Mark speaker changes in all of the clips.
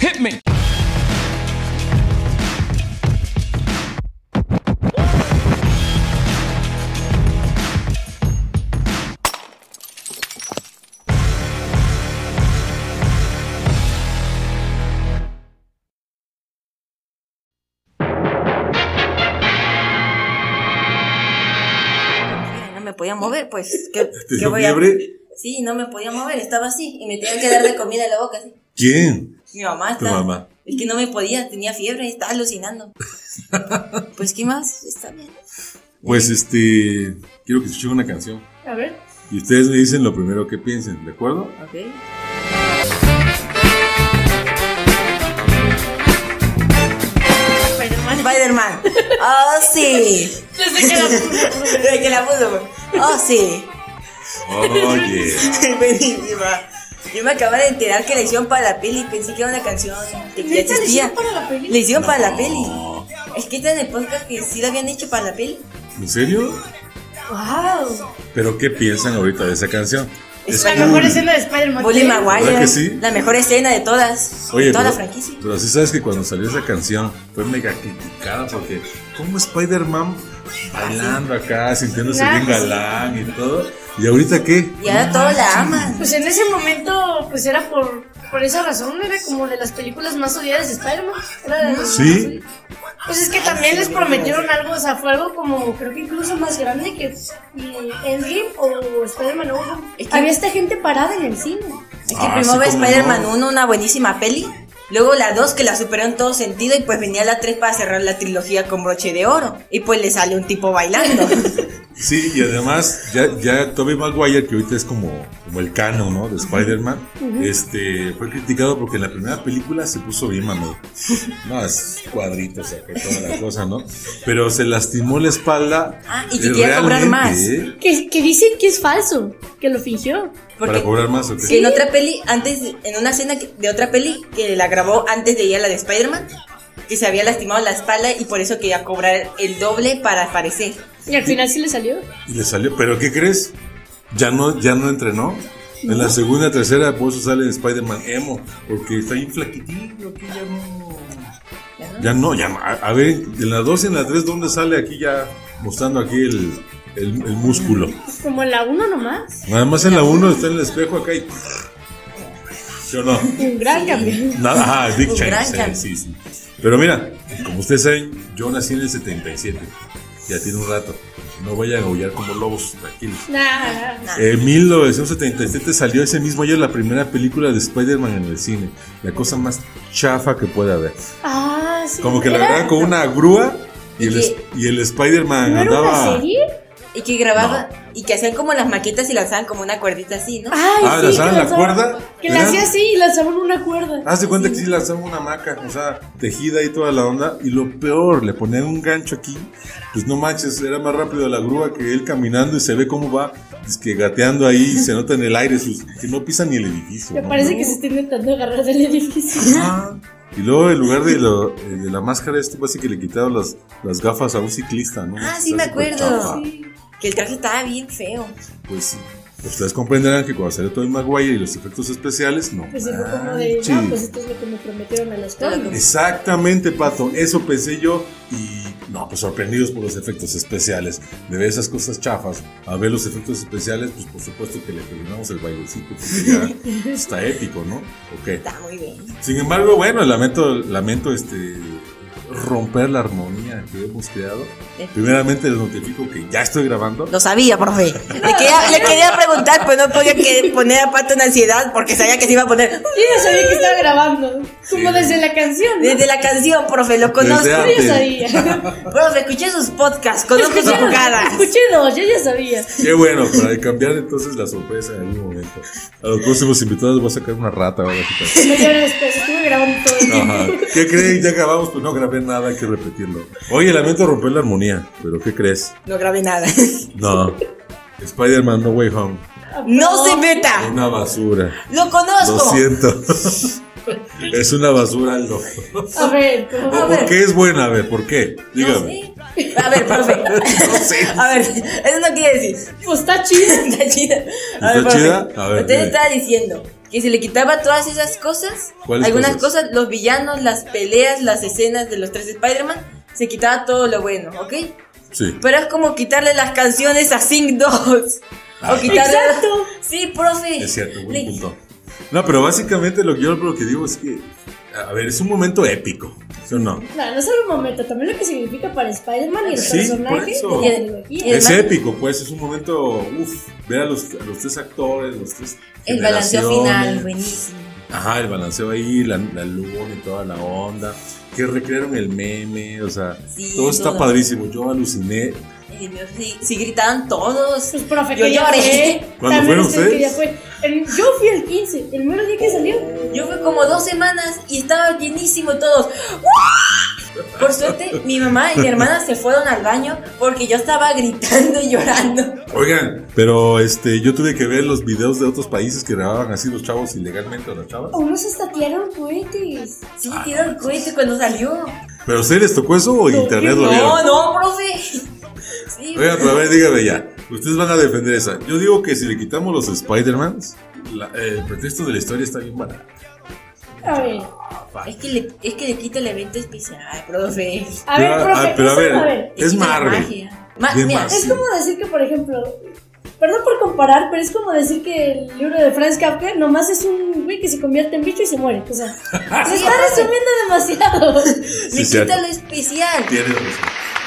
Speaker 1: Hit me.
Speaker 2: No me podía mover, pues. ¿Qué,
Speaker 3: ¿Te
Speaker 2: qué
Speaker 3: dio
Speaker 2: voy a-
Speaker 3: ¿Este fiebre?
Speaker 2: Sí, no me podía mover, estaba así. Y me tenían que dar de comida en la boca, así.
Speaker 3: ¿Quién?
Speaker 2: Mi mamá
Speaker 3: Tu
Speaker 2: está.
Speaker 3: mamá.
Speaker 2: Es que no me podía, tenía fiebre y estaba alucinando. pues, ¿qué más? Está bien.
Speaker 3: Pues este. Quiero que escuchen una canción.
Speaker 2: A ver.
Speaker 3: Y ustedes me dicen lo primero que piensen, ¿de acuerdo?
Speaker 2: Ok. Spider-Man. Oh, sí. Desde que la puso. Oh, sí.
Speaker 3: Oye.
Speaker 2: Buenísima. Yo me acabo de enterar que la hicieron para la peli. Pensé que era una canción que ya
Speaker 4: ¿Neta le
Speaker 2: existía.
Speaker 4: hicieron para la peli?
Speaker 2: Le hicieron para la peli.
Speaker 3: No.
Speaker 2: Es que está en el podcast que sí la habían hecho para la peli.
Speaker 3: ¿En serio?
Speaker 4: ¡Wow!
Speaker 3: ¿Pero qué piensan ahorita de esa canción?
Speaker 2: Es
Speaker 4: La
Speaker 2: una
Speaker 3: cool.
Speaker 4: mejor escena de Spider-Man.
Speaker 2: Bully Maguire.
Speaker 3: que sí?
Speaker 2: La mejor escena de todas.
Speaker 3: Oye,
Speaker 2: de toda la
Speaker 3: pero,
Speaker 2: franquicia.
Speaker 3: pero sí sabes que cuando salió esa canción fue mega criticada porque como Spider-Man bailando acá, sintiéndose
Speaker 4: Claro,
Speaker 3: bien
Speaker 4: sí.
Speaker 3: galán y todo. ¿Y ahorita qué?
Speaker 2: Y ahora todos la aman.
Speaker 4: Pues en ese momento, pues era por, por esa razón, era como de las películas más odiadas de Spider-Man. Era de las
Speaker 3: Sí.
Speaker 4: más odiadas. Pues es que también les prometieron algo, o sea, fue algo como, creo que incluso más grande que eh, Endgame o Spider-Man No
Speaker 2: Es que-
Speaker 4: Había esta gente parada en el cine.
Speaker 2: Es que
Speaker 3: Ah,
Speaker 2: primero
Speaker 3: sí,
Speaker 2: ve
Speaker 3: cómo
Speaker 2: Spider-Man
Speaker 3: no.
Speaker 2: 1, una buenísima peli. Luego la 2 que la superó en todo sentido y pues venía la 3 para cerrar la trilogía con broche de oro. Y pues le sale un tipo bailando.
Speaker 3: Sí, y además ya, ya Tobey Maguire, que ahorita es como, como el canon ¿no? de Spider-Man, este, fue criticado porque en la primera película se puso bien mamón. No, es cuadritos, o sea, con toda la cosa, ¿no? Pero se lastimó la espalda.
Speaker 2: Ah, y que
Speaker 3: eh,
Speaker 2: quiere cobrar
Speaker 3: realmente,
Speaker 2: más.
Speaker 3: ¿eh?
Speaker 4: Que, que dicen que es falso, que lo fingió.
Speaker 3: ¿Para
Speaker 2: Porque
Speaker 3: cobrar más o qué?
Speaker 2: que en otra peli, antes, en una escena que- de otra peli que la grabó antes de ir a la de Spider-Man, que se había lastimado la espalda y por eso quería cobrar el doble para aparecer.
Speaker 4: Y al final sí le salió.
Speaker 3: Y le salió. ¿Pero qué crees? Ya no, ya no entrenó. En la segunda, tercera, por eso sale Spider-Man Emo. Porque está bien flaquitillo, aquí ya no. Ya no, ya no. A, a ver, en la 2 y en la 3, ¿dónde sale aquí ya mostrando aquí el, el- el músculo?
Speaker 4: Pues Como en la 1 nomás.
Speaker 3: Nada más en la 1 está en el espejo acá y. Yo no.
Speaker 4: Un gran cambio.
Speaker 3: Nada, ajá, Dick
Speaker 2: Un gran
Speaker 3: Cheney.
Speaker 2: cambio.
Speaker 3: Sí, sí. Pero mira, como ustedes saben, yo nací en el 77. Ya tiene un rato. No vayan a aullar como lobos, tranquilos.
Speaker 4: Nah.
Speaker 3: En 1977 salió ese mismo año la primera película de Spider-Man en el cine. La cosa más chafa que puede haber.
Speaker 4: Ah, sí.
Speaker 3: Como que la
Speaker 4: Era-
Speaker 3: agarraban con una grúa y el, es- y el Spider-Man
Speaker 4: ¿No era una
Speaker 3: andaba.
Speaker 4: serie?
Speaker 2: Y que grababa, y que hacían como las maquetas y lanzaban como una cuerdita así, ¿no?
Speaker 4: Ay,
Speaker 3: Ah,
Speaker 4: sí,
Speaker 3: ¿lanzaban
Speaker 4: que
Speaker 3: la cuerda? Ah,
Speaker 4: Que la
Speaker 3: Era-
Speaker 4: hacía así y lanzaban una cuerda.
Speaker 3: Haz de cuenta que sí lanzaban una hamaca, o sea, tejida y toda la onda. Y lo peor, le ponían un gancho aquí. Pues no manches, era más rápido la grúa que él caminando y se ve cómo va. Es que gateando ahí, se nota en el aire, sus, que no pisa ni el edificio.
Speaker 4: Me
Speaker 3: ¿no?
Speaker 4: parece que se está intentando agarrar del edificio.
Speaker 3: Ah, Y luego en lugar de, lo- eh, de la máscara esto parece que le quitaron las, las gafas a un ciclista, ¿no?
Speaker 2: Ah, sí,
Speaker 3: Está
Speaker 2: me
Speaker 3: súper
Speaker 2: acuerdo.
Speaker 3: chafa.
Speaker 2: Que el traje estaba bien feo.
Speaker 3: Pues sí. Ustedes comprenderán que cuando salió Tobey Maguire y los efectos especiales, no. Ah,
Speaker 4: Pues sí, fue como de,
Speaker 3: manches.
Speaker 4: no, pues esto es lo que me prometieron a los cómics.
Speaker 3: Exactamente, Pato, eso pensé yo y no, pues sorprendidos por los efectos especiales. De ver esas cosas chafas, a ver los efectos especiales, pues por supuesto que le terminamos el bailecito, porque ya está épico, ¿no? Ok.
Speaker 2: Está muy bien.
Speaker 3: Sin embargo, bueno, lamento, lamento este romper la armonía que hemos creado. Primeramente les notifico que ya estoy grabando.
Speaker 2: Lo sabía, profe. Le quería, le quería preguntar, pues no podía que poner a Pato en ansiedad porque sabía que se iba a poner
Speaker 4: Yo ya sabía que estaba grabando. Como
Speaker 3: Sí.
Speaker 4: desde la canción. ¿no?
Speaker 2: desde la canción, profe, lo conozco.
Speaker 3: Desde
Speaker 4: Yo ya sabía.
Speaker 2: Profe, escuché sus podcasts, conozco sus caras.
Speaker 4: Escuché dos, yo ya sabía.
Speaker 3: Qué bueno, para cambiar entonces la sorpresa en algún momento. A los próximos invitados voy a sacar una rata. ahora, ¿qué tal?
Speaker 4: Me lloré después, estuve grabando todo el tiempo.
Speaker 3: Ajá. ¿Qué creen? Ya acabamos, pues no grabé nada, hay que repetirlo. Oye, lamento romper la armonía, pero ¿qué crees?
Speaker 2: No grabé nada.
Speaker 3: No. Spider-Man No Way Home.
Speaker 2: No se meta.
Speaker 3: Una basura.
Speaker 2: Lo
Speaker 3: Lo
Speaker 2: conozco.
Speaker 3: siento. Es una basura, Aldo.
Speaker 4: A ver, ¿cómo?
Speaker 2: A
Speaker 3: ¿Por
Speaker 2: ver.
Speaker 3: qué es buena? A ver, ¿por qué? Dígame.
Speaker 2: A ver, profe. A ver, eso no quiere decir.
Speaker 4: Pues está chido.
Speaker 2: Está chida. A
Speaker 3: ¿Está
Speaker 2: ver, profe,
Speaker 3: chida? A ver,
Speaker 2: Usted
Speaker 3: dime.
Speaker 2: estaba diciendo que se le quitaba todas esas cosas,
Speaker 3: ¿Cuáles
Speaker 2: algunas
Speaker 3: cosas?
Speaker 2: cosas? los villanos, las peleas, las escenas de los tres Spider-Man, se quitaba todo lo bueno, ¿ok?
Speaker 3: Sí.
Speaker 2: Pero es como quitarle las canciones a Sing 2.
Speaker 3: Ah,
Speaker 2: o quitarle.
Speaker 4: exacto.
Speaker 2: Sí, profe.
Speaker 3: Es cierto, buen
Speaker 2: Le-
Speaker 3: punto. No, pero básicamente lo que yo lo que digo es que, a ver, es un momento épico, ¿sí o no?
Speaker 4: Claro, no solo un momento, también lo que significa para Spider-Man y el
Speaker 3: Sí, por
Speaker 4: personaje
Speaker 3: eso.
Speaker 4: y la trilogía.
Speaker 3: Es
Speaker 2: además-
Speaker 3: épico, pues, es un momento, uff, ver a los, a los tres actores, los tres
Speaker 2: El balanceo final,
Speaker 3: generaciones.
Speaker 2: buenísimo.
Speaker 3: Ajá, el balanceo ahí, la, la luna y toda la onda, que recrearon el meme, o sea,
Speaker 2: Sí,
Speaker 3: todo está
Speaker 2: todo.
Speaker 3: padrísimo, yo aluciné.
Speaker 2: Ay, Dios, sí, sí gritaban todos.
Speaker 4: Pues profe,
Speaker 2: Yo
Speaker 4: que ya
Speaker 2: lloré.
Speaker 4: fue.
Speaker 3: ¿Cuándo
Speaker 4: También
Speaker 3: fueron
Speaker 4: usted que ya
Speaker 3: ustedes?
Speaker 4: fue. El- yo fui el 15, el mero día que salió.
Speaker 2: Yo fui como dos semanas y estaba llenísimo todos. ¡Uah! Por suerte, mi mamá y mi hermana se fueron al baño porque yo estaba gritando y llorando.
Speaker 3: Oigan, pero este, yo tuve que ver los videos de otros países que grababan así los chavos ilegalmente o las chavas.
Speaker 2: Oh.
Speaker 4: Unos hasta tiraron cohetes.
Speaker 2: Sí,
Speaker 3: Ah,
Speaker 2: tiró el cohete cuando salió.
Speaker 3: ¿Pero a ustedes les tocó eso o internet lo vieron?
Speaker 2: No, no, profe. Sí,
Speaker 3: Oigan, pero a ver, dígame ya. Ustedes van a defender esa. Yo digo que si le quitamos los Spider-Mans, la- el pretexto de la historia está bien barato.
Speaker 4: A ver,
Speaker 2: es que le, es que le quita el evento especial, profe.
Speaker 4: a
Speaker 3: Pero,
Speaker 4: ver,
Speaker 3: ah,
Speaker 4: profe,
Speaker 3: pero a
Speaker 4: eso-
Speaker 3: ver,
Speaker 4: a ver.
Speaker 2: Le
Speaker 3: Es
Speaker 2: quita la
Speaker 3: Marvel.
Speaker 2: magia. Ma-
Speaker 3: Bien
Speaker 2: mira,
Speaker 3: Marvel.
Speaker 4: Es como decir que, por ejemplo, perdón por comparar, pero es como decir que el libro de Franz Kafka nomás es un güey que se convierte en bicho y se muere. O sea, se está resumiendo demasiado.
Speaker 2: le
Speaker 3: Sí,
Speaker 2: quita
Speaker 3: cierto.
Speaker 2: lo especial.
Speaker 3: Tienes razón.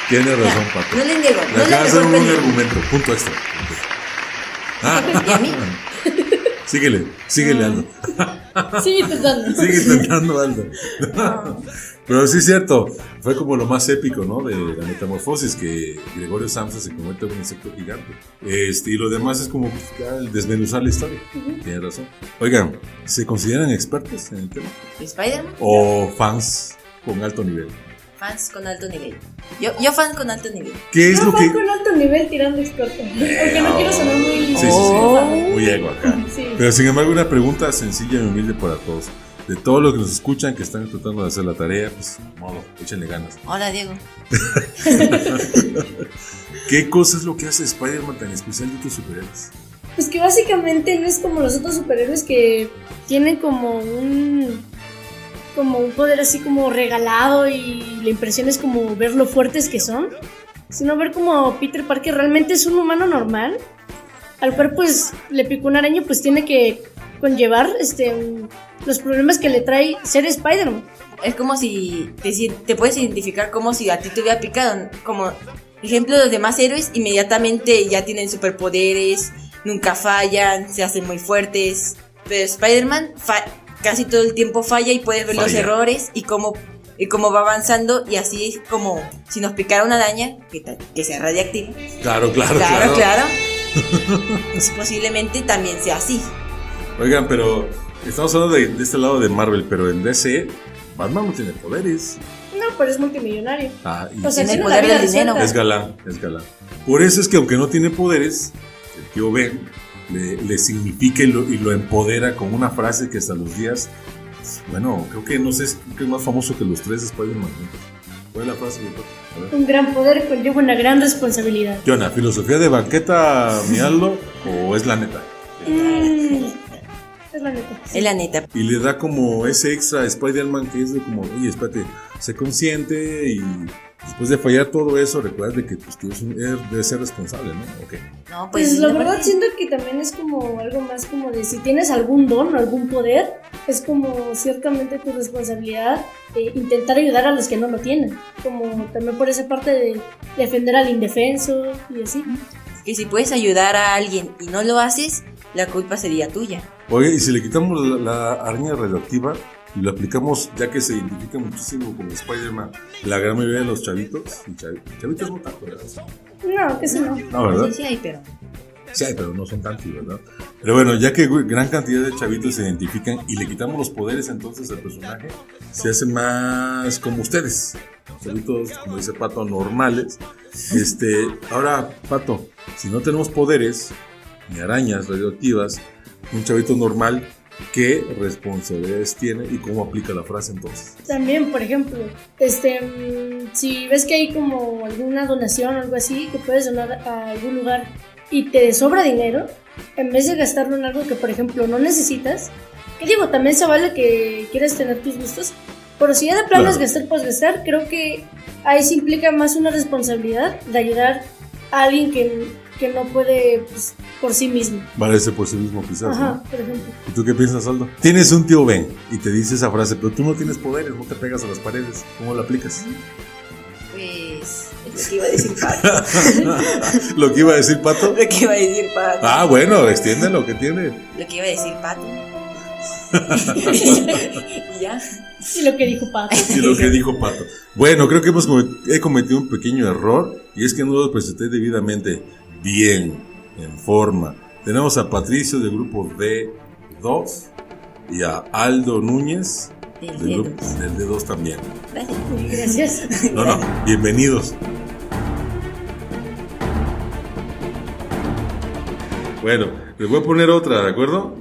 Speaker 3: Tienes
Speaker 2: Mira,
Speaker 3: razón, Paco.
Speaker 2: No le niego,
Speaker 3: Me
Speaker 2: no le
Speaker 3: acabas de
Speaker 2: niego.
Speaker 3: dar un
Speaker 2: pero-
Speaker 3: argumento. Punto extra. Ah,
Speaker 2: ¿Y a mí? Ah.
Speaker 3: síguele, síguele, Aldo.
Speaker 4: Sigue intentando.
Speaker 3: Sigue intentando, Aldo. Pero sí es cierto, fue como lo más épico, ¿no? De la metamorfosis, que Gregorio Samsa se convierte en un insecto gigante. Este, y lo demás es como pues, ya, el desmenuzar la historia. Tienes razón. Oigan, ¿se consideran expertos en el tema?
Speaker 2: Spider-Man,
Speaker 3: ¿O fans con alto nivel?
Speaker 2: fans con alto nivel. Yo, yo fan con alto nivel.
Speaker 3: ¿Qué es
Speaker 4: Yo
Speaker 3: lo
Speaker 4: voy
Speaker 3: que...?
Speaker 4: con alto nivel tirando experto. Porque no quiero sonar muy. Oh.
Speaker 3: Sí, sí, sí. Muy ego acá.
Speaker 4: Sí.
Speaker 3: Pero sin embargo, una pregunta sencilla y humilde para todos. De todos los que nos escuchan, que están tratando de hacer la tarea, pues, ni modo, échenle ganas.
Speaker 2: Hola, Diego.
Speaker 3: ¿Qué cosa es lo que hace Spider-Man tan especial de otros superhéroes?
Speaker 4: Pues que básicamente no es como los otros superhéroes que tienen como un como un poder así como regalado y la impresión es como ver lo fuertes que son, sino ver como Peter Parker realmente es un humano normal, al cual pues le picó un araña pues tiene que conllevar este un- los problemas que le trae ser Spider-Man.
Speaker 2: Es como si te, si- te puedes identificar como si a ti te hubiera picado. Como ejemplo, los demás héroes inmediatamente ya tienen superpoderes, nunca fallan, se hacen muy fuertes. Pero Spider-Man fa- casi todo el tiempo falla y puedes ver los
Speaker 3: Falla.
Speaker 2: errores y cómo, y cómo va avanzando. Y así es como si nos picara una araña, que, ta- que sea radiactiva.
Speaker 3: Claro, claro,
Speaker 2: Claro, claro. Pues Posiblemente también sea así.
Speaker 3: Oigan, pero estamos hablando de, de este lado de Marvel, pero en DC, Batman no tiene poderes.
Speaker 4: No, pero es multimillonario.
Speaker 3: Ah, y
Speaker 4: O sea,
Speaker 2: Tiene
Speaker 4: tiene
Speaker 2: el
Speaker 4: una
Speaker 2: poder
Speaker 4: vida
Speaker 2: del dinero.
Speaker 4: resuelta.
Speaker 3: es galán, es galán. Por eso es que aunque no tiene poderes, el tío Ben le, le significa y lo, y lo empodera con una frase que hasta los días, pues, bueno, creo que no sé, creo que es más famoso que los tres Spider-Man. ¿no? ¿Cuál es la frase? mi papá? A ver.
Speaker 4: Un gran poder conlleva una gran responsabilidad.
Speaker 3: Jonah, ¿filosofía de banqueta, mi Aldo, o es la neta?
Speaker 4: Mm, es la neta.
Speaker 2: Es la neta.
Speaker 3: y le da como ese extra a Spider-Man que es de como, oye, espérate, sé consciente y después de fallar todo eso, recuerda de que pues, tú eres un- eres- debes ser responsable, ¿no? Ok.
Speaker 2: No,
Speaker 4: Pues,
Speaker 2: pues.
Speaker 4: la
Speaker 2: no,
Speaker 4: verdad
Speaker 2: pues,
Speaker 4: siento que también es como algo más como de si tienes algún don o algún poder, es como ciertamente tu responsabilidad eh, intentar ayudar a los que no lo tienen, como también por esa parte de defender al indefenso y así.
Speaker 2: que si puedes ayudar a alguien y no lo haces, la culpa sería tuya.
Speaker 3: Oye, y si le quitamos la, la araña radioactiva y lo aplicamos, ya que se identifica muchísimo con Spider-Man, la gran mayoría de los chavitos, y chavi- chavitos no tanto, ¿verdad?
Speaker 4: No, que eso no.
Speaker 3: No, ¿verdad?
Speaker 2: Sí, sí hay, pero.
Speaker 3: Sí, hay, pero no son tantos, ¿verdad? Pero bueno, ya que güey, gran cantidad de chavitos se identifican y le quitamos los poderes, entonces el personaje se hace más como ustedes. Chavitos, como dice Pato, normales. Este, ahora, Pato, si no tenemos poderes, ni arañas radioactivas, un chavito normal, ¿qué responsabilidades tiene y cómo aplica la frase entonces?
Speaker 4: También, por ejemplo, este, mm, si ves que hay como alguna donación o algo así que puedes donar a algún lugar y te sobra dinero, en vez de gastarlo en algo que, por ejemplo, no necesitas, que digo, también se vale que quieras tener tus gustos, pero si ya de plano
Speaker 3: Claro.
Speaker 4: es gastar por gastar, creo que ahí se implica más una responsabilidad de ayudar a alguien que, que no puede pues, por sí mismo.
Speaker 3: Parece por sí mismo quizás.
Speaker 4: Ajá,
Speaker 3: ¿no?
Speaker 4: por ejemplo.
Speaker 3: ¿Y tú qué piensas, Aldo? Tienes un tío Ben y te dice esa frase, pero tú no tienes poderes, no te pegas a las paredes. ¿Cómo la aplicas?
Speaker 2: Pues. Es lo que iba a decir Pato.
Speaker 3: ¿Lo que iba a decir Pato?
Speaker 2: lo que iba a decir Pato.
Speaker 3: Ah, bueno, extiende lo que tiene.
Speaker 2: Lo que iba a decir Pato. y ya.
Speaker 4: Y lo que dijo Pato.
Speaker 3: Y lo que dijo Pato. Bueno, creo que hemos comet- he cometido un pequeño error y es que no lo presenté debidamente bien, en forma. Tenemos a Patricio del grupo D2 y a Aldo Núñez
Speaker 2: Del
Speaker 3: del,
Speaker 2: dedo.
Speaker 3: grupo, del D2 también.
Speaker 2: Gracias.
Speaker 4: Gracias.
Speaker 3: No, no, bienvenidos. Bueno, les voy a poner otra, ¿de acuerdo?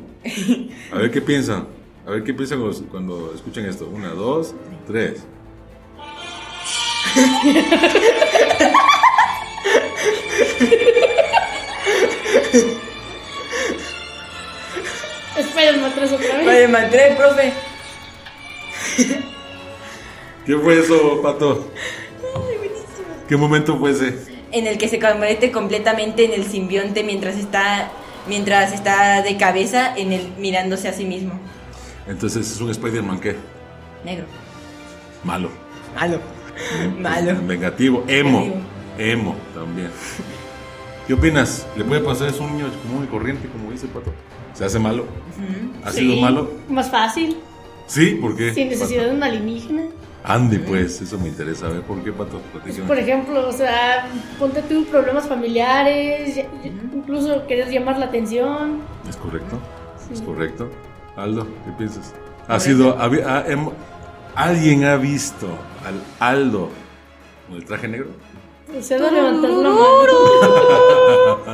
Speaker 3: A ver qué piensan. A ver qué piensan los- cuando escuchen esto. Una, dos, tres.
Speaker 4: Espérenme atrás otra vez.
Speaker 2: Vale, mantré, profe.
Speaker 3: ¿Qué fue eso, Pato? ¿Qué momento fue ese?
Speaker 2: En el que se convierte completamente en el simbionte mientras está. Mientras está de cabeza en el mirándose a sí mismo.
Speaker 3: Entonces es un Spider-Man que
Speaker 2: Negro.
Speaker 3: malo.
Speaker 2: Malo. Malo.
Speaker 3: Vengativo. Emo.
Speaker 2: Vengativo.
Speaker 3: Emo también. ¿Qué opinas? ¿Le puede pasar eso a un niño común y corriente, como dice Pato? ¿Se hace malo? ¿Ha
Speaker 4: Sí,
Speaker 3: sido malo?
Speaker 4: Más fácil.
Speaker 3: Sí, ¿por qué?
Speaker 4: Sin necesidad de un alienígena.
Speaker 3: Pato? Andy, pues, eso me interesa. A ver, ¿por qué, Pato? Platícame.
Speaker 4: Por ejemplo, o sea, ponte tú problemas familiares, ya- ya- incluso querer llamar la atención.
Speaker 3: ¿Es correcto? ¿Es
Speaker 4: Sí.
Speaker 3: correcto? Aldo, ¿qué piensas? ¿Ha sido... habi- ha- hem- ¿Alguien ha visto al Aldo con el traje negro?
Speaker 4: Procedo a levantar la mano.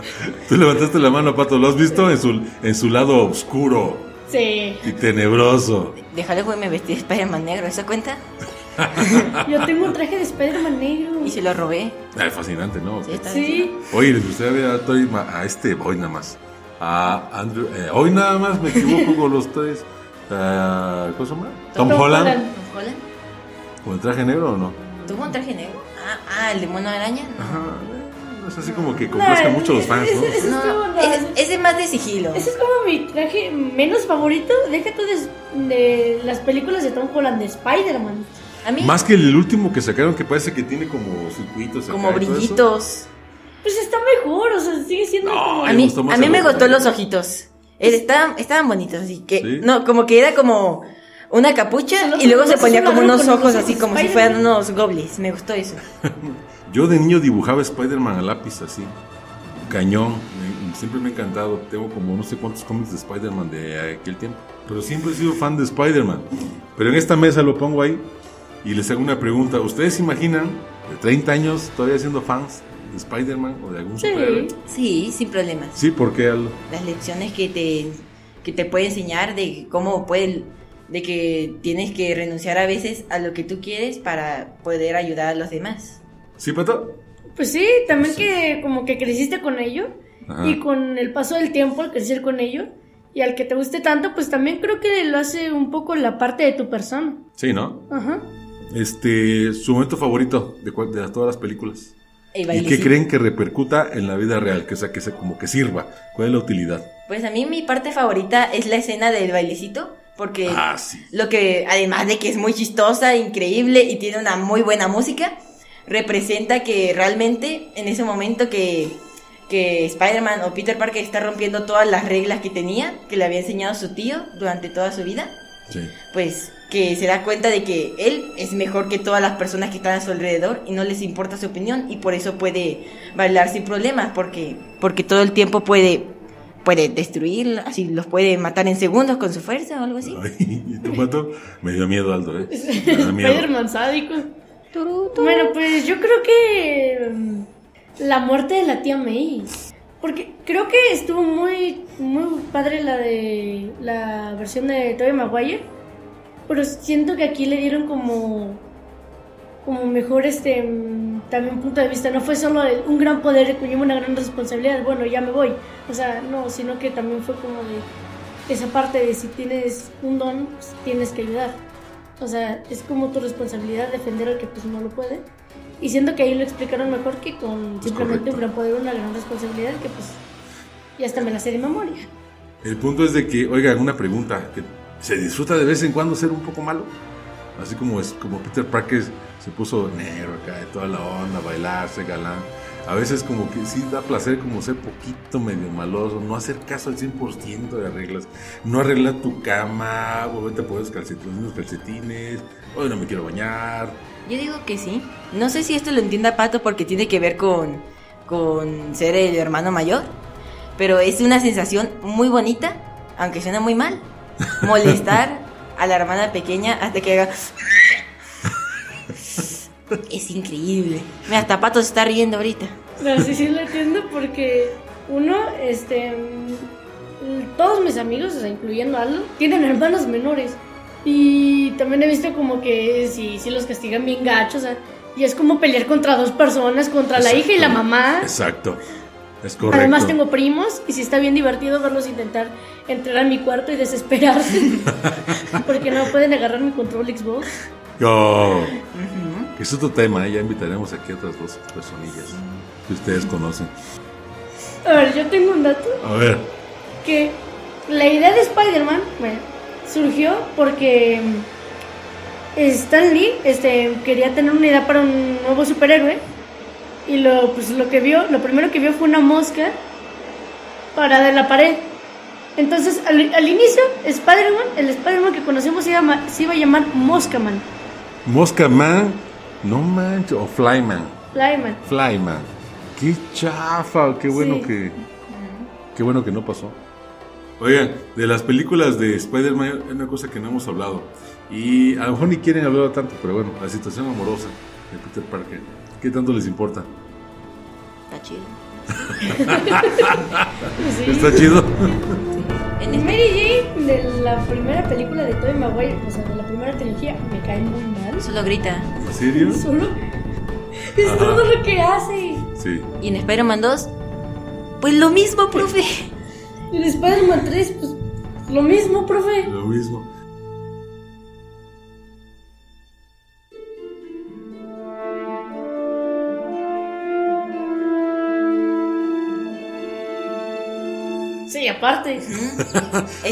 Speaker 3: Tú levantaste la mano, Pato. ¿Lo has visto en su, en su lado oscuro
Speaker 4: Sí.
Speaker 3: y tenebroso?
Speaker 2: Déjale, güey, me vestí de Spider-Man negro. ¿Eso cuenta?
Speaker 4: Yo tengo un traje de Spider-Man negro.
Speaker 2: Y se lo robé.
Speaker 3: Ay, fascinante, ¿no?
Speaker 2: Sí, está
Speaker 4: Sí.
Speaker 3: Oye, les gustaría ver a, Toy Ma- a este, hoy nada más. A Andrew, eh, hoy nada más me equivoco con los tres. Ah, ¿Cómo se llama? Tom, Holland.
Speaker 2: ¿Holland?
Speaker 3: ¿Con el traje negro o no?
Speaker 2: ¿Tuvo un traje negro? Ah, ah, el de mono araña. No.
Speaker 3: Ajá. No es así como que complazca mucho a los fans, ¿no?
Speaker 4: Ese
Speaker 2: No,
Speaker 4: estuvo
Speaker 2: no, ese,
Speaker 4: raro.
Speaker 2: ese más de sigilo.
Speaker 4: Ese es como mi traje menos favorito. Deja tú de, de las películas de Tom Holland de Spider-Man.
Speaker 2: A mí,
Speaker 3: Más que el último que sacaron que parece que tiene como circuitos. acá
Speaker 2: como
Speaker 3: y todo eso.
Speaker 2: brillitos.
Speaker 4: Pues está mejor, o sea, sigue siendo
Speaker 3: No,
Speaker 4: como.
Speaker 3: Ay,
Speaker 2: A
Speaker 3: me
Speaker 2: mí,
Speaker 3: gustó más
Speaker 2: a mí
Speaker 3: el
Speaker 2: me
Speaker 3: otro.
Speaker 2: gustó los ojitos. Eh, Estaban, estaban bonitos, así que.
Speaker 3: ¿Sí?
Speaker 2: No, como que era como una capucha
Speaker 4: Solo
Speaker 2: y luego
Speaker 4: como
Speaker 2: se
Speaker 4: si
Speaker 2: ponía
Speaker 4: fuera
Speaker 2: como
Speaker 4: un
Speaker 2: unos
Speaker 4: con los
Speaker 2: ojos,
Speaker 4: ojos
Speaker 2: así
Speaker 4: de
Speaker 2: como si
Speaker 4: Spider-Man.
Speaker 2: fueran unos goblins. Me gustó eso.
Speaker 3: Yo de niño dibujaba Spider-Man a lápiz así. Cañón. Me- siempre me ha encantado. Tengo como no sé cuántos cómics de Spider-Man de aquel tiempo. Pero siempre he sido fan de Spider-Man. Pero en esta mesa lo pongo ahí y les hago una pregunta. ¿Ustedes se imaginan de 30 años todavía siendo fans de Spider-Man o de algún
Speaker 4: Sí.
Speaker 3: superhéroe?
Speaker 2: Sí, sin problemas.
Speaker 3: Sí, ¿por qué Aldo?
Speaker 2: Las lecciones que te, que te puede enseñar de cómo puede. de que tienes que renunciar a veces a lo que tú quieres para poder ayudar a los demás.
Speaker 3: ¿Sí, Pato?
Speaker 4: Pues sí, también que como que creciste con ello.
Speaker 3: Ajá.
Speaker 4: Y con el paso del tiempo, al crecer con ello. Y al que te guste tanto, pues también creo que lo hace un poco la parte de tu persona.
Speaker 3: Sí, ¿no?
Speaker 4: Ajá.
Speaker 3: Este, su momento favorito de, cual- de las- todas las películas.
Speaker 2: El
Speaker 3: ¿Y qué
Speaker 2: bailecito.
Speaker 3: creen que repercuta en la vida real? Que, o sea, que se, como que sirva. ¿Cuál es la utilidad?
Speaker 2: Pues a mí mi parte favorita es la escena del bailecito, porque
Speaker 3: Ah, sí.
Speaker 2: lo que, además de que es muy chistosa, increíble y tiene una muy buena música, representa que realmente en ese momento que, que Spider-Man o Peter Parker está rompiendo todas las reglas que tenía, que le había enseñado su tío durante toda su vida,
Speaker 3: Sí.
Speaker 2: pues que se da cuenta de que él es mejor que todas las personas que están a su alrededor y no les importa su opinión y por eso puede bailar sin problemas porque porque todo el tiempo puede puede destruir así los puede matar en segundos con su fuerza o algo así
Speaker 3: Ay, ¿Y tu pato? Me dio miedo, Aldo, ¿eh? Me dio miedo.
Speaker 4: Spider-Man sádico.
Speaker 2: Turú, turú.
Speaker 4: Bueno, pues yo creo que. mm, La muerte de la tía May. Porque creo que estuvo muy, muy padre la de. La versión de Tobey Maguire. Pero siento que aquí le dieron como. como mejor este mm, también punto de vista. No fue solo el- un gran poder que conlleva una gran responsabilidad, bueno, ya me voy. O sea, no, sino que también fue como de esa parte de si tienes un don, pues, tienes que ayudar. O sea, es como tu responsabilidad defender al que pues no lo puede. Y siento que ahí lo explicaron mejor que con
Speaker 3: correcto.
Speaker 4: simplemente un gran poder, una gran responsabilidad, que pues ya hasta me la sé de memoria.
Speaker 3: El punto es de que, oigan, una pregunta, que se disfruta de vez en cuando ser un poco malo. Así como es, como Peter Parker se puso negro acá, de toda la onda, bailarse, galán. A veces como que sí da placer como ser poquito medio maloso, no hacer caso al 100% de las reglas, no arreglar tu cama, volverte a poner los calcetines, los calcetines, hoy no me quiero bañar.
Speaker 2: Yo digo que sí. No sé si esto lo entienda Pato porque tiene que ver con, con ser el hermano mayor, pero es una sensación muy bonita, aunque suena muy mal, molestar a la hermana pequeña hasta que haga... Es increíble. Mira, hasta Pato se está riendo ahorita.
Speaker 4: No, sí, sí lo entiendo porque uno, este, mm, todos mis amigos, o sea, incluyendo a Aldo, tienen hermanos menores. Y también he visto como que sí, sí los castigan bien gachos, o sea, y es como pelear contra dos personas, contra la hija y la mamá.
Speaker 3: Exacto, es correcto.
Speaker 4: ¿Ah? Además tengo primos y sí está bien divertido verlos intentar entrar a mi cuarto y desesperarse porque no pueden agarrar mi control Xbox.
Speaker 3: Oh,
Speaker 2: Ujú.
Speaker 3: que es otro tema, ¿eh? ya invitaremos aquí a otras dos personillas que ustedes conocen.
Speaker 4: A ver, yo tengo un dato
Speaker 3: A ver.
Speaker 4: que la idea de Spider-Man bueno, surgió porque mm, Stan Lee este, quería tener una idea para un nuevo superhéroe y lo, pues, lo que vio, lo primero que vio fue una mosca parada en la pared. Entonces, al, al inicio, Spider-Man, el Spider-Man que conocemos se, llama, se iba a llamar Moscaman,
Speaker 3: Mosca Man, no manches, o Flyman,
Speaker 4: Flyman.
Speaker 3: Flyman. Qué chafa, qué bueno
Speaker 4: Sí.
Speaker 3: que qué bueno que no pasó. Oigan, de las películas de Spider-Man es una cosa que no hemos hablado y a lo mejor ni quieren hablar tanto, pero bueno, la situación amorosa de Peter Parker, ¿qué tanto les importa?
Speaker 2: Está chido.
Speaker 4: Sí.
Speaker 3: Está chido.
Speaker 2: En
Speaker 4: Y
Speaker 2: este-
Speaker 4: Mary Jane de la primera película de Tobey Maguire, o sea, de la primera trilogía, me cae muy mal.
Speaker 2: solo grita.
Speaker 3: ¿En serio?
Speaker 4: Solo es
Speaker 3: Ajá.
Speaker 4: todo lo que hace.
Speaker 3: Sí.
Speaker 2: Y en Spider-Man 2, pues lo mismo, profe.
Speaker 4: En Spider-Man 3, pues lo mismo, profe.
Speaker 3: Lo mismo.
Speaker 4: Sí, aparte.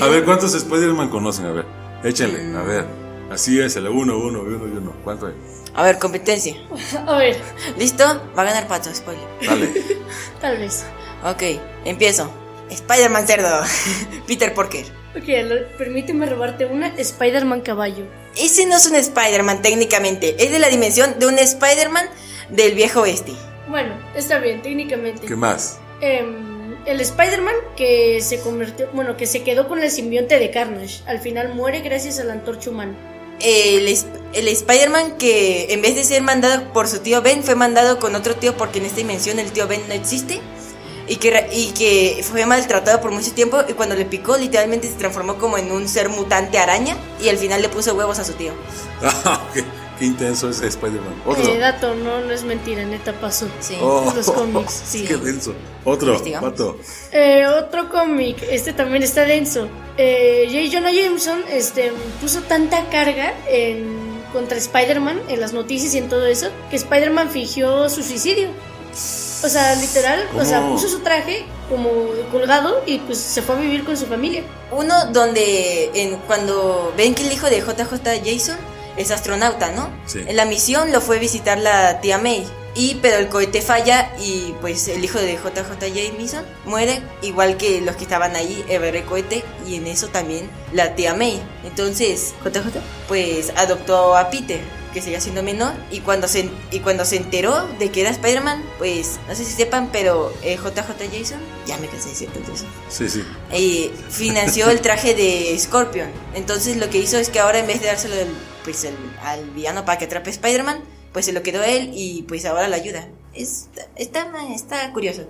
Speaker 3: A ver, ¿cuántos Spider-Man conocen? A ver, échale, a ver. Así es, el uno, uno, uno y uno. ¿Cuánto hay?
Speaker 2: A ver, competencia.
Speaker 4: A ver,
Speaker 2: ¿Listo? Va a ganar Pato, spoiler.
Speaker 3: Dale.
Speaker 4: tal vez.
Speaker 2: Ok, empiezo. Spider-Man cerdo. Peter Parker.
Speaker 4: Ok, lo- permíteme robarte una Spider-Man caballo.
Speaker 2: Ese no es un Spider-Man técnicamente. Es de la dimensión de un Spider-Man del viejo oeste.
Speaker 4: Bueno, está bien, técnicamente.
Speaker 3: ¿Qué más?
Speaker 4: Em, el Spider-Man que se convirtió, bueno, que se quedó con el simbionte de Carnage. Al final muere gracias a la antorcha humana.
Speaker 2: El, es- el Spider-Man que en vez de ser mandado por su tío Ben, fue mandado con otro tío porque en esta dimensión el tío Ben no existe. Y que, ra- y que fue maltratado por mucho tiempo y cuando le picó literalmente se transformó como en un ser mutante araña y al final le puso huevos a su tío.
Speaker 3: Ah, qué, qué intenso es Spider-Man. Otro.
Speaker 4: Eh, dato, no, no es mentira, neta pasó.
Speaker 2: Sí.
Speaker 3: Oh,
Speaker 4: los cómics, sí.
Speaker 3: Qué denso. Otro,
Speaker 2: Investigamos.
Speaker 3: pato.
Speaker 4: Eh, otro cómic, este también está denso. Eh, J. Jonah Jameson este, puso tanta carga en- contra Spider-Man en las noticias y en todo eso que Spider-Man fingió su suicidio. O sea, literal, o sea,
Speaker 3: ¿Cómo?
Speaker 4: puso su traje como colgado y pues se fue a vivir con su familia.
Speaker 2: Uno donde en, cuando ven que el hijo de JJ Jason es astronauta, ¿no?
Speaker 3: Sí.
Speaker 2: En la misión lo fue visitar la tía May. Y pero el cohete falla y pues el hijo de JJ Jameson muere, igual que los que estaban ahí, el bebé cohete, y en eso también la tía May. Entonces, JJ pues adoptó a Peter, que seguía siendo menor, y cuando se, y cuando se enteró de que era Spider-Man, pues no sé si sepan, pero eh, JJ Jason, ya me cansé de decir Jason
Speaker 3: Sí, sí.
Speaker 2: eh, financió el traje de Scorpion. Entonces lo que hizo es que ahora en vez de dárselo al- pues, al- al villano para que atrape a Spider-Man, pues se lo quedó él y pues ahora lo ayuda. Está, está, está curioso,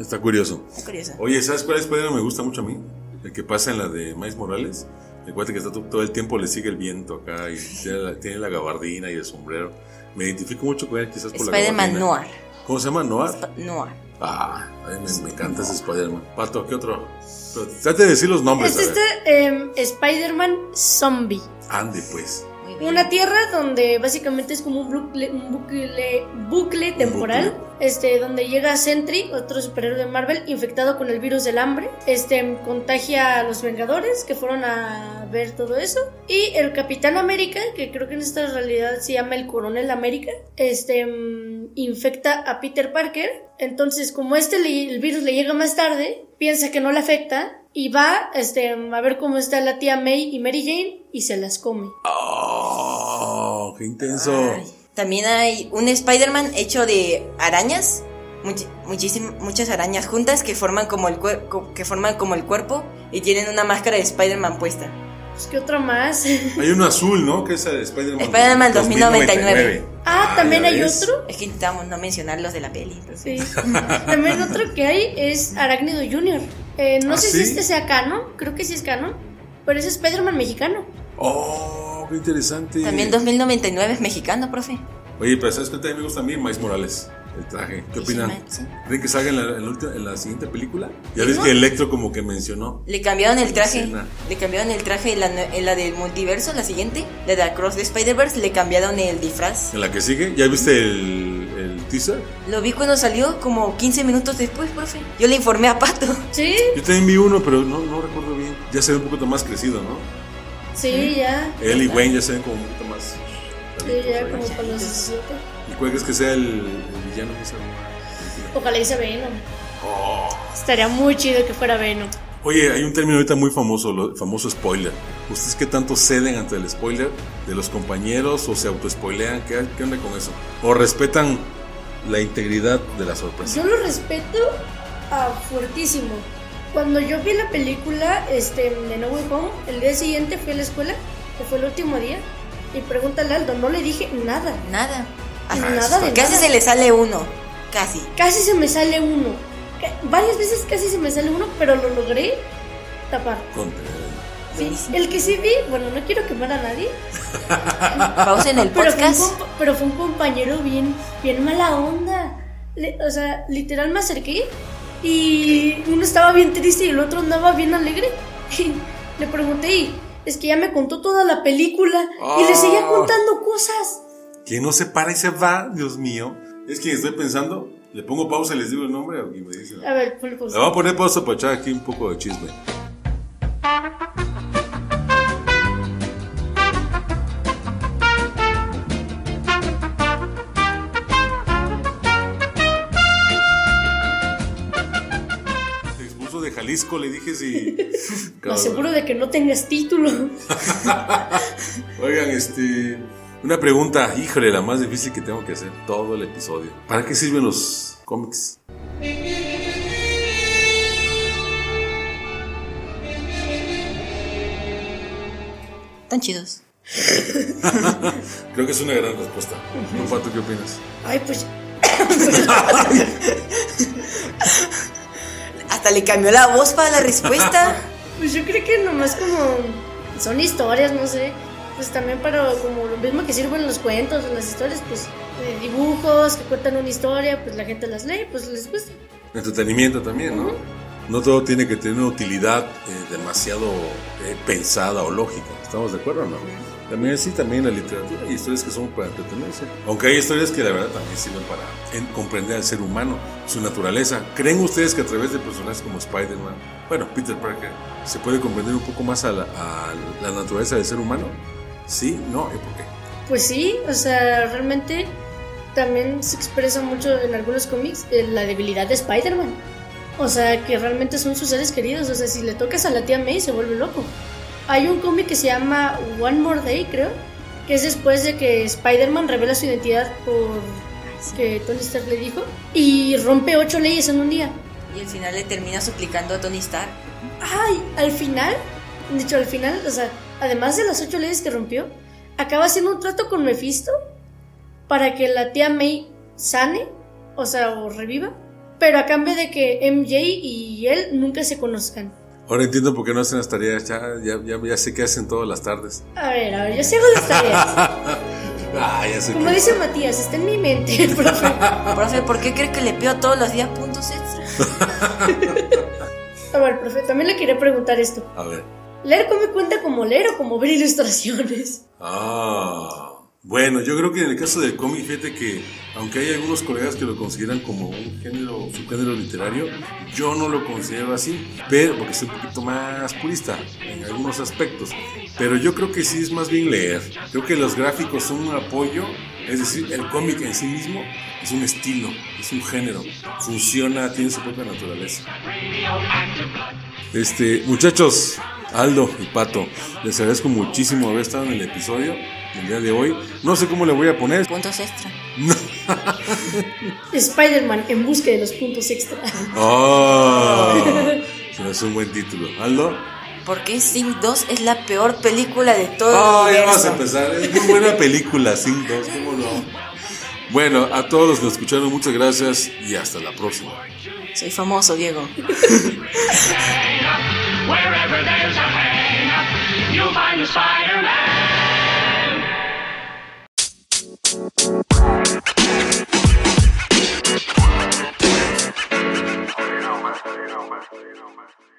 Speaker 3: Está curioso.
Speaker 2: está curioso.
Speaker 3: Oye, ¿sabes cuál Spider-Man me gusta mucho a mí? El que pasa en la de Miles Morales. El cuate que está to- todo el tiempo le sigue el viento acá y tiene la, tiene la gabardina y el sombrero. Me identifico mucho con él, quizás por la
Speaker 2: Spider-Man
Speaker 3: gabardina.
Speaker 2: Noir.
Speaker 3: ¿Cómo se llama? Noir.
Speaker 2: Sp- Noir.
Speaker 3: Ah, ay, me, me encanta ese Spider-Man. Pato, ¿qué otro? Pero Trate de decir los nombres.
Speaker 4: Es
Speaker 3: a ver.
Speaker 4: este em, Spider-Man Zombie.
Speaker 3: Ande, pues.
Speaker 2: Muy bien.
Speaker 4: Una tierra donde básicamente es como un bucle, un bucle, bucle temporal, este, donde llega Sentry, otro superhéroe de Marvel, infectado con el virus del hambre, este, contagia a los Vengadores que fueron a ver todo eso, y el Capitán América, que creo que en esta realidad se llama el Coronel América, este, mm, infecta a Peter Parker, entonces como este le- el virus le llega más tarde, piensa que no le afecta. Y va este, a ver cómo está la tía May y Mary Jane y se las come.
Speaker 3: ¡Oh! ¡Qué intenso!
Speaker 2: Ay, También hay un Spider-Man hecho de arañas, much- muchísim- muchas arañas juntas que forman como el cuer- co- que forman como el cuerpo y tienen una máscara de Spider-Man puesta.
Speaker 4: Pues, ¿Qué otra más?
Speaker 3: Hay uno azul, ¿no? Que es el Spider-Man.
Speaker 2: Spider-Man 2099.
Speaker 4: Ah,
Speaker 3: Ah,
Speaker 4: también
Speaker 3: ya
Speaker 4: hay
Speaker 3: ves.
Speaker 4: otro.
Speaker 2: Es que intentamos no mencionar los de la peli. entonces.
Speaker 4: Sí. también otro que hay es Arácnido Jr. Eh, no
Speaker 3: ¿Ah,
Speaker 4: sé
Speaker 3: sí?
Speaker 4: si este sea canon, creo que sí es canon, pero es Spider-Man mexicano.
Speaker 3: ¡Oh! ¡Qué interesante!
Speaker 2: También 2099 es mexicano, profe.
Speaker 3: Oye, pero ¿sabes qué también me gusta a mí? Miles Morales, el traje. ¿Qué opinan?
Speaker 2: Sí.
Speaker 3: ¿Creen que salga en la, en la ulti- en la siguiente película? Ya
Speaker 2: Sí,
Speaker 3: ves
Speaker 2: ¿no?
Speaker 3: que Electro como que mencionó.
Speaker 2: Le cambiaron el traje.
Speaker 3: Escena.
Speaker 2: Le cambiaron el traje en la, nue- en la del multiverso, la siguiente, la de Across the Spider-Verse, le cambiaron el disfraz.
Speaker 3: En la que sigue, ¿ya viste el, el teaser?
Speaker 2: Lo vi cuando salió como 15 minutos después, profe. Yo le informé a Pato.
Speaker 4: Sí,
Speaker 3: Yo también vi uno, pero no, no recuerdo bien. Ya se ve un poquito más crecido, ¿no?
Speaker 4: sí, ya.
Speaker 3: Él y Wayne ya se ven como un poquito más.
Speaker 4: Sí, ya como
Speaker 3: adultos ahí.
Speaker 4: para los 17.
Speaker 3: ¿Y cuál crees que sea el, el villano? que sea?
Speaker 4: Ojalá y sea Venom.
Speaker 3: Oh.
Speaker 4: Estaría muy chido que fuera Venom.
Speaker 3: Oye, hay un término ahorita muy famoso, lo- el famoso spoiler. ¿Ustedes qué tanto ceden ante el spoiler de los compañeros o se autospoilean? ¿Qué, ¿Qué onda con eso? ¿O respetan la integridad de la sorpresa?
Speaker 4: Yo lo respeto a fuertísimo. Cuando yo vi la película este, de No Way Home, el día siguiente fui a la escuela, que fue el último día, y pregúntale a Aldo, no le dije nada.
Speaker 2: Nada. Ah,
Speaker 4: Nada de
Speaker 2: Casi
Speaker 4: nada.
Speaker 2: se le sale uno. Casi.
Speaker 4: Casi se me sale uno. Ca- Varias veces casi se me sale uno, pero lo logré tapar.
Speaker 3: Contra-
Speaker 4: ¿sí? El que sí vi, bueno, no quiero quemar a nadie,
Speaker 2: Pausa en el
Speaker 4: pero fue, un,
Speaker 2: podcast.
Speaker 4: compa- pero fue un compañero bien, bien mala onda. Le- o sea, literal me acerqué y uno estaba bien triste y el otro andaba bien alegre. Y le pregunté, y es que ya me contó toda la película y le seguía
Speaker 3: Ah.
Speaker 4: contando cosas.
Speaker 3: ¿Quién no se para y se va? Dios mío. Es que estoy pensando, le pongo pausa y les digo el nombre o quién me dice.
Speaker 4: A ver, ponle pausa.
Speaker 3: Le voy a poner pausa para echar aquí un poco de chisme. Se expulso de Jalisco, le dije si.
Speaker 4: Me aseguro de que no tengas título.
Speaker 3: Oigan, este. Una pregunta, híjole, la más difícil que tengo que hacer todo el episodio. ¿Para qué sirven los cómics?
Speaker 2: Tan chidos.
Speaker 3: Creo que es una gran respuesta. ¿Tú, Pato, qué opinas?
Speaker 4: Ay, pues
Speaker 2: Hasta le cambió la voz para la respuesta.
Speaker 4: Pues yo creo que nomás como son historias, no sé. Pues también para como lo mismo que sirven los cuentos, las historias, pues eh, dibujos que cuentan una historia, pues la gente las lee, pues les gusta.
Speaker 3: entretenimiento también, ¿no? No todo tiene que tener una utilidad eh, demasiado eh, pensada o lógica. ¿Estamos de acuerdo o no? También sí, también la literatura y historias que son para entretenerse. Aunque hay historias que la verdad también sirven para en- comprender al ser humano, su naturaleza. ¿Creen ustedes que a través de personajes como Spider-Man, bueno, Peter Parker, se puede comprender un poco más a la, a la naturaleza del ser humano? Sí, no, ¿y por qué?
Speaker 4: Pues sí, o sea, realmente también se expresa mucho en algunos cómics eh, la debilidad de Spider-Man. O sea, que realmente son sus seres queridos. O sea, si le tocas a la tía May se vuelve loco. Hay un cómic que se llama One More Day, creo, que es después de que Spider-Man revela su identidad por que Tony Stark le dijo y rompe ocho leyes en un día.
Speaker 2: Y al final le termina suplicando a Tony Stark.
Speaker 4: Ay, al final, dicho al final, o sea, además de las ocho leyes que rompió, acaba haciendo un trato con Mephisto para que la tía May sane, o sea, o reviva, pero a cambio de que MJ y él nunca se conozcan.
Speaker 3: Ahora entiendo por qué no hacen las tareas. Ya, ya, ya, ya sé qué hacen todas las tardes.
Speaker 4: A ver, a ver, yo sí hago las tareas.
Speaker 3: ah, ya sé
Speaker 4: Como
Speaker 3: qué.
Speaker 4: dice Matías, está en mi mente, profe.
Speaker 2: Profe, ¿por qué cree que le pido todos los días puntos extra?
Speaker 4: A ver, profe, también le quería preguntar esto.
Speaker 3: A ver.
Speaker 4: ¿Leer come cuenta como leer o como ver ilustraciones?
Speaker 3: Ah, bueno, yo creo que en el caso del cómic, fíjate que aunque hay algunos colegas que lo consideran como un género, subgénero literario, yo no lo considero así, pero porque soy un poquito más purista en algunos aspectos. Pero yo creo que sí es más bien leer. Creo que los gráficos son un apoyo, es decir, el cómic en sí mismo es un estilo, es un género, funciona, tiene su propia naturaleza. Este, muchachos, Aldo y Pato, les agradezco muchísimo haber estado en el episodio del día de hoy. No sé cómo le voy a poner.
Speaker 2: Puntos extra.
Speaker 4: Spider-Man en busca de los puntos extra.
Speaker 3: ¡Oh! Se me hace un buen título. Aldo.
Speaker 2: ¿Por qué Sing 2 es la peor película de todo
Speaker 3: ¡Oh,
Speaker 2: el
Speaker 3: ya
Speaker 2: universo?
Speaker 3: vamos a empezar! Es muy buena película, Sin 2, ¿cómo no? Bueno, a todos los que nos escucharon, muchas gracias y hasta la próxima.
Speaker 2: Soy famoso, Diego.
Speaker 1: Wherever there's a hang up, you'll find the Spider Man. You know, man. You know, man. You know, man.